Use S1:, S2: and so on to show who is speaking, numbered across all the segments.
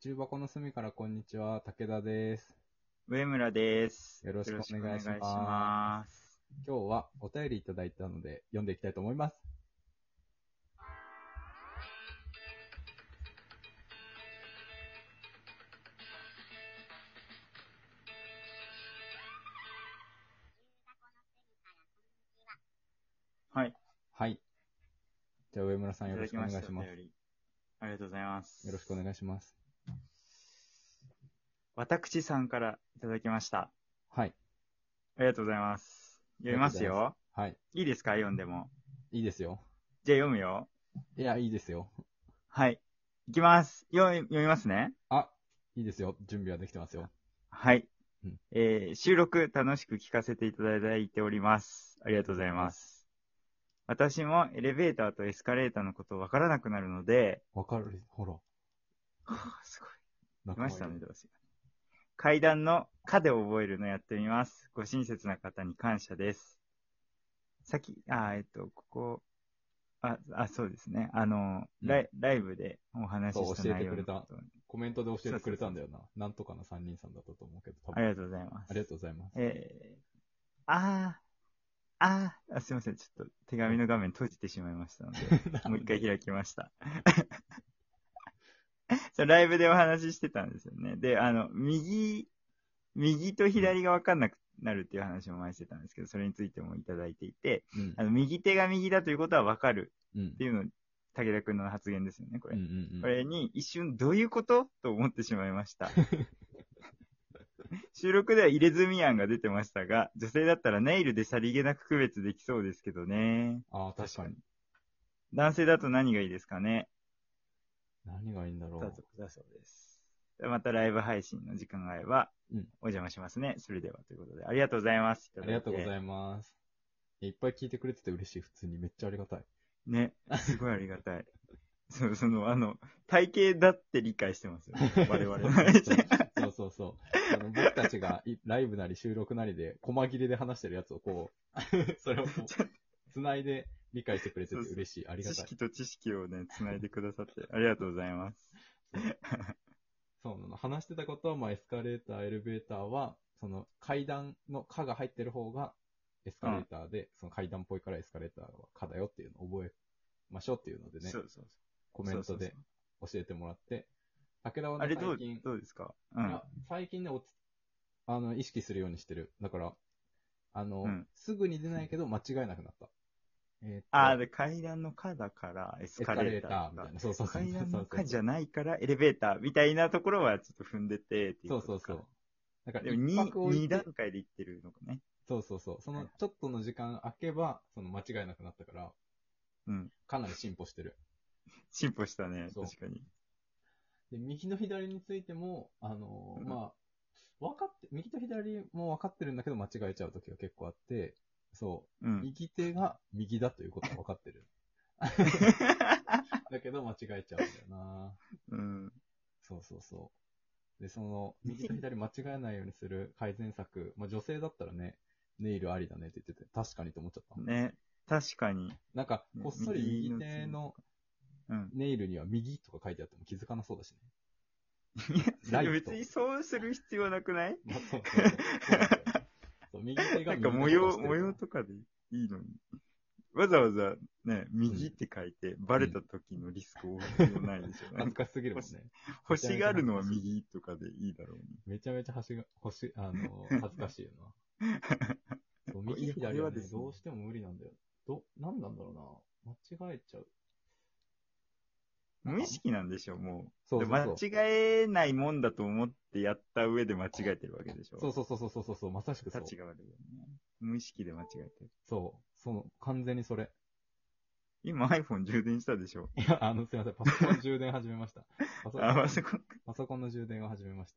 S1: 中箱の隅からこんにちは、武田です。
S2: 上村です。
S1: よろしくお願いします
S2: よろくお願いします
S1: 今日はお便りいただいたので読んでいきたいと思います。
S2: はい。
S1: はい。じゃあ上村さんよろしくお願いし
S2: ただき
S1: ま
S2: ま
S1: す
S2: た。お便りありがとうございます。
S1: よろしくお
S2: いします。
S1: 願いします。
S2: 私さんからいただきました。
S1: はい。
S2: ありがとうございます。読みますよ。
S1: はい。
S2: いいですか読んでも。
S1: いいですよ。
S2: じゃあ読むよ。
S1: いや、いいですよ。
S2: はい。いきます。読み読みますね。
S1: あ、いいですよ。準備はできてますよ。
S2: はい
S1: うん。
S2: えー収録楽しく聞かせていただいております。ありがとうございます。私もエレベーターとエスカレーターのことわからなくなるので、
S1: わかる。ほら。
S2: す
S1: ない
S2: ましたね、どうしよう階段の「か」で覚えるのやってみます。ご親切な方に感謝です。先、あ、えっと、ここ、あ、あそうですね。あの、ライライブでお話しした
S1: そう教え
S2: 内
S1: てく
S2: 容
S1: れ
S2: の
S1: た
S2: ことに
S1: コメントで教えてくれたんだよな。なんとかの3人さんだったと思うけど、多
S2: あ
S1: 分。
S2: りがとうございます。
S1: ありがとうございます。
S2: えー、あー、あーあ、すいません。ちょっと手紙の画面閉じてしまいましたので、もう一回開きました。 そうライブでお話ししてたんですよね。で、あの、右、右と左が分かんなくなるっていう話も前にしてたんですけど、それについてもいただいていて、
S1: うん
S2: あの右手が右だということは分かる
S1: うん
S2: っていうの、武田君の発言ですよね、こ
S1: う
S2: れ。
S1: んうんうん
S2: これに一瞬どういうことと思ってしまい ました。収録では入れ墨案が出てましたが、女性だったらネイルでさりげなく区別できそうですけどね。
S1: ああ、確かに。
S2: 男性だと何がいいですかね
S1: 何がいいんだろ
S2: だ
S1: う。
S2: そうだそうです。またライブ配信の時間があれば
S1: うん、
S2: お邪魔しますね。それではということで、ありがとうございます。
S1: ありがとうござ
S2: ま
S1: います。いっぱい聞いてくれてて嬉しい。普通にめっちゃありがた い。
S2: す。ね、すごいありがたい。 そうその、あの、体型だって理解してますよ、 ね。我々の配信。
S1: そうそうそう。あの僕たちがいライブなり収録なりで、細切れで話してるやつをこう、 それをこ う、つないで理解してくれてて嬉しい。ありが
S2: 知
S1: たい。
S2: 識と知識をね、つないでくださって、ありがとうございます。
S1: そうなの。話してたことは、まあ、エスカレーター、エレベーターは、その階段の「か」が入ってる方がエスカレーターで、その階段っぽいからエスカレーターは「か」だよっていうのを覚えましょうっていうのでね
S2: そ、うそうそう。
S1: コメントで
S2: そう
S1: 教えてもらって、武田は
S2: そうそう。
S1: ね
S2: あれど
S1: 最
S2: う
S1: 近、
S2: どうですかう
S1: い
S2: ん
S1: や。最近ね、おつあの、意識するようにしてる。だから、あの、
S2: うん
S1: すぐに出ないけど間違えなくなった。えーっと
S2: あー、で、階段のかだからエス
S1: エス
S2: カ
S1: カレ
S2: レ
S1: ー
S2: ー
S1: タ
S2: タ
S1: ー
S2: ー
S1: みた
S2: とか
S1: い。な。そうそうそうそう。
S2: 階段のかじ
S1: ゃ
S2: ゃないからエレベーターみたいなところはちょっと踏んでてってい
S1: そう
S2: う
S1: そ
S2: こと
S1: う
S2: か。
S1: そう。だから、
S2: で
S1: 一
S2: も
S1: 泊置
S2: 2,
S1: いて
S2: 段階でいってるのかね。
S1: そうそうそう。そのちょっとの時間空けば、その間違えなくなったから、
S2: うん。
S1: かなり進歩してる。
S2: 進歩したね、
S1: そう
S2: 確かに。
S1: で、右の左についても、あのー
S2: うん
S1: まあ、分かって、右と左も分かってるんだけど間違えちゃう時が結構あって、そうう、
S2: ん。
S1: 右手が右だということは分かってる。だけど間違えちゃうんだよな。
S2: うん。
S1: そうそうそう。で、その、右と左間違えないようにする改善策、まあ女性だったらね、ネイルありだねって言ってて、確かにと思っちゃった。
S2: ね、確かに。
S1: なんか、
S2: ね
S1: こっそり
S2: 右
S1: 右
S2: の
S1: 手の
S2: うん。
S1: ネイルには右とか書いてあっても気づかなそうだしね。
S2: いや
S1: ライト
S2: 別にそうする必要なくない
S1: まあ、そうそうそうそうなんだよそう右手が
S2: なん
S1: 右の
S2: か
S1: こと
S2: 模
S1: をし
S2: 様、
S1: てる
S2: 模様とかでいいのに。わざわざね、右って書いて、バレた時のリスクを負う必要ないでしょ。な
S1: 恥
S2: ん
S1: ず
S2: か
S1: かしすぎるもんね。
S2: 星があるのは右とかでいいだろう
S1: めちゃめちゃ端が、星、あの、恥ずかしいよ な。そう右
S2: こ
S1: 左
S2: れ
S1: は
S2: は
S1: ね
S2: で、すね
S1: どうしても無理なんだよ。ど、なんなんだろうな。間違えちゃう。
S2: に。無意識なんでしょ、もう。
S1: そうそうそう。
S2: で間違えないもんだと思ってやった上で間違えてるわけでしょ。
S1: そうそうそうそうそうそう、まさしくそう
S2: 立。ちが悪いよね。無意識で間違えてる。
S1: そう。その、完全にそれ。
S2: 今 iPhone 充電したでしょ。
S1: いや、あの、すいません。パソコン充電始めま した。パソコ
S2: あ、
S1: ン
S2: あそこ、
S1: パソコンの充電を始めまし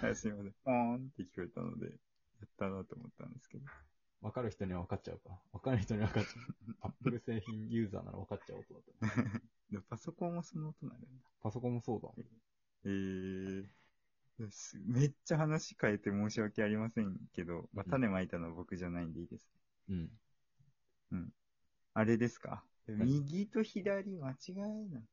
S1: た。
S2: あすいません。ポーンって聞こえたので、やったなと思ったんですけど。
S1: わかる人には分かっちゃうか。わかる人には分かっちゃう。アップル製品ユーザーなら分かっちゃう音だった。
S2: でパソコンもその音なるんだ。
S1: パソコンもそうだ。
S2: えー、すめっちゃ話変えて申し訳ありませんけど、まあ、
S1: うん
S2: 種まいたのは僕じゃないんでいいです。
S1: うん。
S2: あれですか
S1: 何
S2: 右と左間違えなく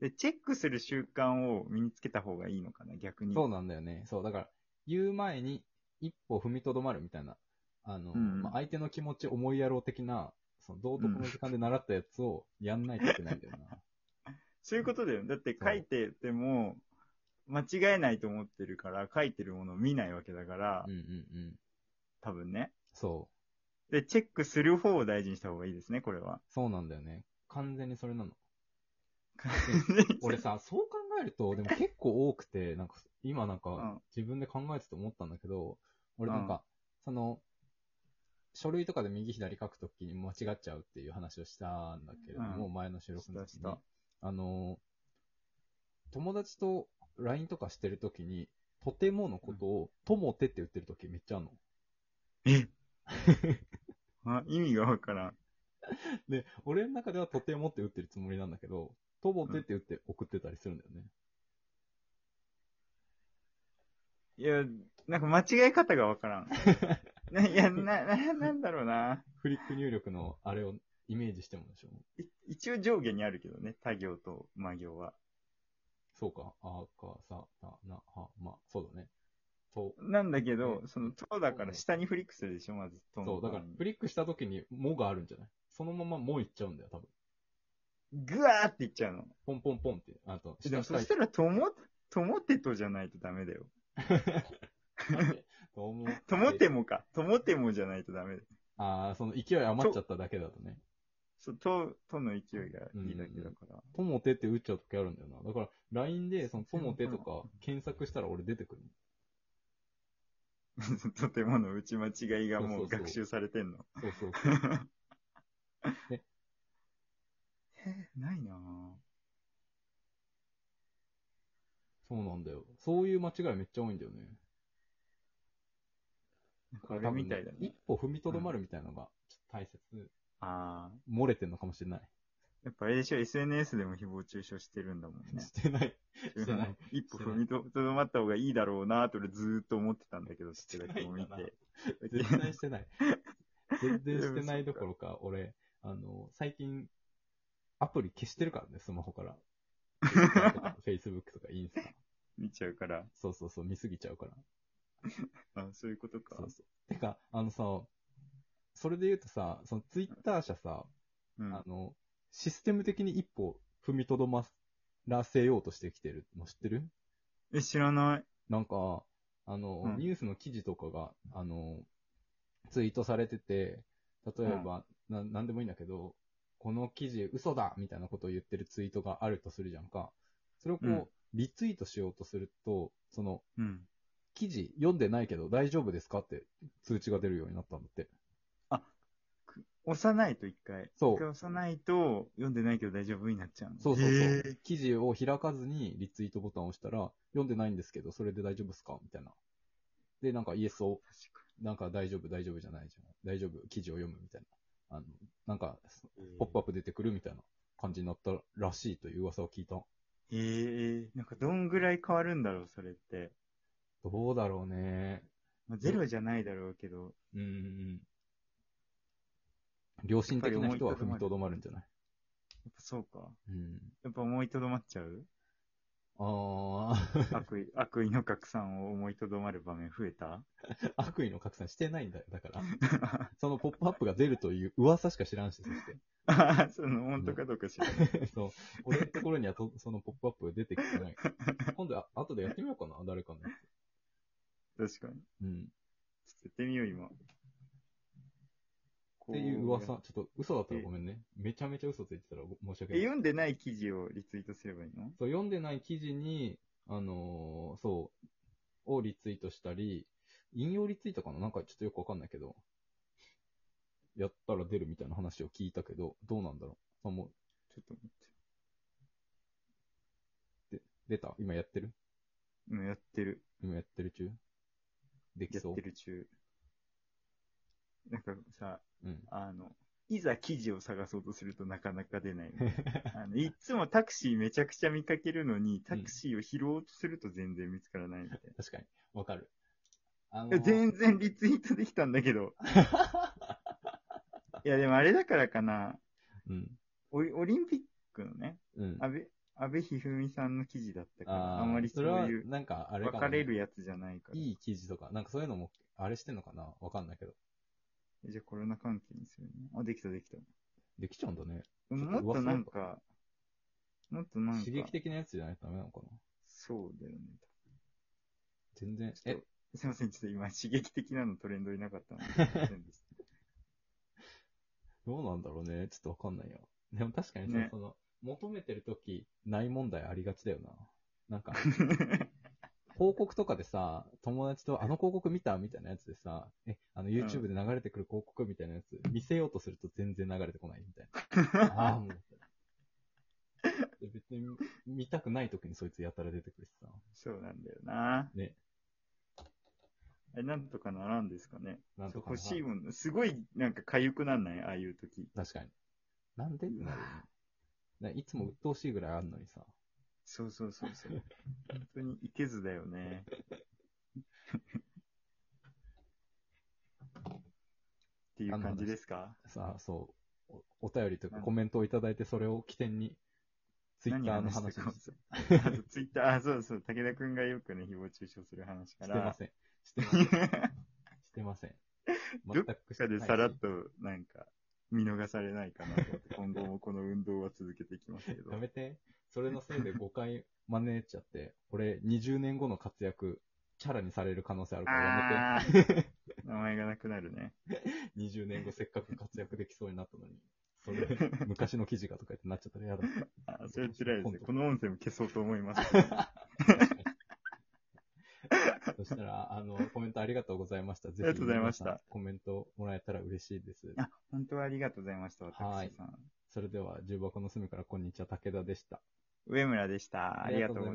S2: で、チェックする習慣を身につけた方がいいのかな、逆に。
S1: そうなんだよね。そう、だから、言う前に一歩踏みとどまるみたいな、あの、
S2: うんうん
S1: まあ、相手の気持ち思いやろう的な、その道徳の時間で習ったやつをやんないといけないんだよな。
S2: そういうことだよね。だって
S1: そう
S2: 書いてても、間違えないと思ってるから、書いてるものを見ないわけだから、
S1: うんうんうん。
S2: 多分ね。
S1: そう。
S2: で、チェックする方を大事にした方がいいですね、これは。
S1: そうなんだよね。完全にそれなの。 俺さ、そう考えると、でも結構多くて、なんか、今なん
S2: う
S1: か
S2: ん、
S1: 自分で考えてて思ったんだけど、俺なんか、その、書類とかで右左書くときに間違っちゃうっていう話をしたんだけれども、
S2: う
S1: 前の収録の時
S2: し
S1: に
S2: たした。
S1: あの、友達と LINE とかしてるときに、とてものことを、ともてって言ってるときめっちゃあるの。
S2: え あ意味がわからん。
S1: で、俺の中ではとてもって打ってるつもりなんだけど、とぼてって打って送ってたりするんだよね。
S2: いや、なんか間違え方がわからん。 ないや、な、な、なんだろうな。
S1: フリック入力のあれをイメージしてもでしょ。
S2: い一応上下にあるけどね、他行と魔行は。
S1: そうか、あか、さ、な、な、は、ま、そうだね。と、
S2: なんだけど
S1: う、ん
S2: その、とだから下にフリックするでしょ、まず、との
S1: そう、だから
S2: とこ
S1: フリックした時に、もがあるんじゃないそのままもういっちゃうんだよ、多分。
S2: にぐわーっていっちゃうの。
S1: ポンポンポンって。あと、
S2: でも
S1: 下
S2: そ
S1: 下
S2: したら、とも、ともてとじゃないとダメだよ。
S1: とも
S2: ともてもか。ともてもじゃないとダメだよ。
S1: ああ、その勢い余っちゃっただけだとね。
S2: そう、と、との勢いがいいだけだから。
S1: ともてって打っちゃう時あるんだよな。だから、LINE で、その、ともてとか検索したら俺出てくる。
S2: とてもの打ち間違いがも
S1: そううそうそう
S2: 学習されてんの。
S1: そうそうそう。 ね
S2: え、ないなぁ。
S1: そうなんだよ。そういう間違いめっちゃ多いんだよね。
S2: なんかあれみたいだ
S1: 多分
S2: ね
S1: 一。歩踏みとどまるみたいなのが、ちょっと大切。
S2: ああ。
S1: 漏れてんのかもしれない。。
S2: やっぱあれでしょ、SNS でも誹謗中傷してるんだもんね
S1: してない。してない
S2: 一歩踏みとどまった方がいいだろうなと俺ずーっと思ってたんだけど、知ってる人を見て。
S1: 絶対してない。全然してないどころか、俺、あの、最近、アプリ消してるからね、スマホ から。Twitter とか Facebook とかインスタ。
S2: 見ちゃうから。
S1: そうそうそう、見すぎちゃうから。
S2: あそういうことか
S1: そう。そう。てか、あのさ、それで言うとさ、その Twitter 社さ、
S2: うん。
S1: あの、システム的に一歩踏みとどまらせようとしてきてるの知ってる
S2: え、知らない。
S1: なんか、あの、
S2: うん
S1: ニュースの記事とかが、あの、ツイートされてて、例えば、ななんでもいいんだけど、この記事嘘だみたいなことを言ってるツイートがあるとするじゃんか。それをこう、
S2: うん
S1: リツイートしようとすると、その、
S2: うん。
S1: 記事読んでないけど大丈夫ですかって通知が出るようになったんだって。
S2: 押さないと一回。
S1: そう
S2: 一回押さないと、読んでないけど大丈夫になっちゃうの。
S1: そうそうそ
S2: へ
S1: う。記事を開かずにリツイートボタンを押したら、読んでないんですけど、それで大丈夫ですかみたいな。で、なんかイエスを、なんか大丈夫、大丈夫じゃないじゃん。大丈夫、記事を読むみたいな。あの、なんか、
S2: ー
S1: ポップアップ出てくるみたいな感じになったらしいという噂を聞いた。
S2: へえなんかどんぐらい変わるんだろう、それって。
S1: どうだろうね。
S2: まあ、ゼロじゃないだろうけど。
S1: うんうんうん。良心的な人は踏みとどまるんじゃない
S2: やっぱそうか。
S1: うん。
S2: やっぱ思いとどまっちゃう
S1: あー、
S2: 悪 意、悪意の拡散を思いとどまる場面増えた
S1: 悪意の拡散してないんだよ。だから、そのポップアップが出るという噂しか知らんし、そして。
S2: ああ、その、本当かどうか知らない。
S1: そう。俺のところにはと、そのポップアップが出てきて ない。今度あ、後でやってみようかな、誰かのや
S2: 確かに。
S1: つ。うん。
S2: ちょっとやってみよう、今。こ
S1: っていう噂、ちょっと嘘だったらごめんね。めちゃめちゃ嘘ついてたらご申し訳
S2: え、
S1: ない。
S2: 読んでない記事をリツイートすればいいの
S1: そう、読んでない記事に、あのーそう、をリツイートしたり、引用リツイートかななんかちょっとよくわかんないけど、やったら出るみたいな話を聞いたけど、どうなんだろう。そのもう
S2: ちょっと待って。
S1: 出た今やってる
S2: 今やってる。
S1: 今やってる中でき
S2: や
S1: そ
S2: っ
S1: う
S2: てる中。なんかさ、
S1: うん。
S2: あの、いざ記事を探そうとするとなかなか出ないの。 あのいつもタクシーめちゃくちゃ見かけるのに、タクシーを拾おうとすると全然見つからない みたい
S1: 確かに。わかる。あの
S2: な。いや全然リツイートできたんだ けど。いや、でもあれだからかな。
S1: うん。
S2: オリオリンピックのね、
S1: うん。
S2: 安倍安倍一二三さんの記事だったから、あ
S1: ー
S2: んまりそうい
S1: れ
S2: う
S1: は、なんかあれか
S2: 分
S1: も
S2: かれるやつじゃないから。
S1: いい記事とか、なんかそういうのも、あれしてんのかなわかんないけど。
S2: じゃあコロナ関係にするね。あ、できたできた。
S1: できちゃうんだね。
S2: もっとなんか、もっとなんか、
S1: 刺激的なやつじゃないとダメなのかな
S2: そうだよね。
S1: 全然。
S2: ちょっ
S1: え
S2: と、すいません、ちょっと今、刺激的なのトレンドになか ったので、すいませんでし
S1: どうなんだろうね。ちょっとわかんないよ。でも確かにさ、
S2: ね
S1: その、求めてるとき、ない問題ありがちだよな。なんか、
S2: た
S1: 広告とかでさ、友達とあの広告見たみたいなやつでさ、え、あの YouTube で流れてくる広告みたいなやつ、見せようとすると全然流れてこないみた いな。ああ、もう。で別に見たくない時にそいつやたら出てくるしさ。
S2: そうなんだよな。
S1: ね。
S2: え、なんとかならんですかね。
S1: なんとか
S2: そ
S1: な
S2: う欲しいもの、すごい、なんか、かゆくなんないああいう時。
S1: 確かに。なんでってなるよねね。いつも鬱陶しいぐらいあるのにさ。
S2: そうそうそうそう。本当に、いけずだよね。 っていう感じですか
S1: さあ、そう、おお便りというか
S2: うん
S1: コメントをいただいて、それを起点に、ツイッターの
S2: 何
S1: 話
S2: して
S1: し
S2: る
S1: て
S2: か忘れたツイッター、あ、そうそう、武田くんがよくね、誹謗中傷する話から。
S1: ません。してません。し てません。
S2: どっ
S1: 全くし
S2: か
S1: てない
S2: で
S1: し
S2: さらっと、なんか、見逃されないかなと思って、今後もこの運動は続けていきますけど
S1: や。めて。それのせいで5回招いちゃって、俺20年後の活躍、チャラにされる可能性あるからや
S2: あー名前がなくなるね。
S1: めて。20年後せっかく活躍できそうになったのに。それ、昔の記事がとか言ってなっちゃったら嫌だ。
S2: あーそれ辛いですね。この音声も消そうと思 います。
S1: そしたら、あの、コメントありがとうございました。ぜひ、
S2: ありがとうございました
S1: 皆さんコメントもらえたら嬉しいです。
S2: あ、本当はありがとうございました、私さん。
S1: それでは、重箱の隅からこんにちは、武田でした。
S2: 上村でした。ありがとうございます。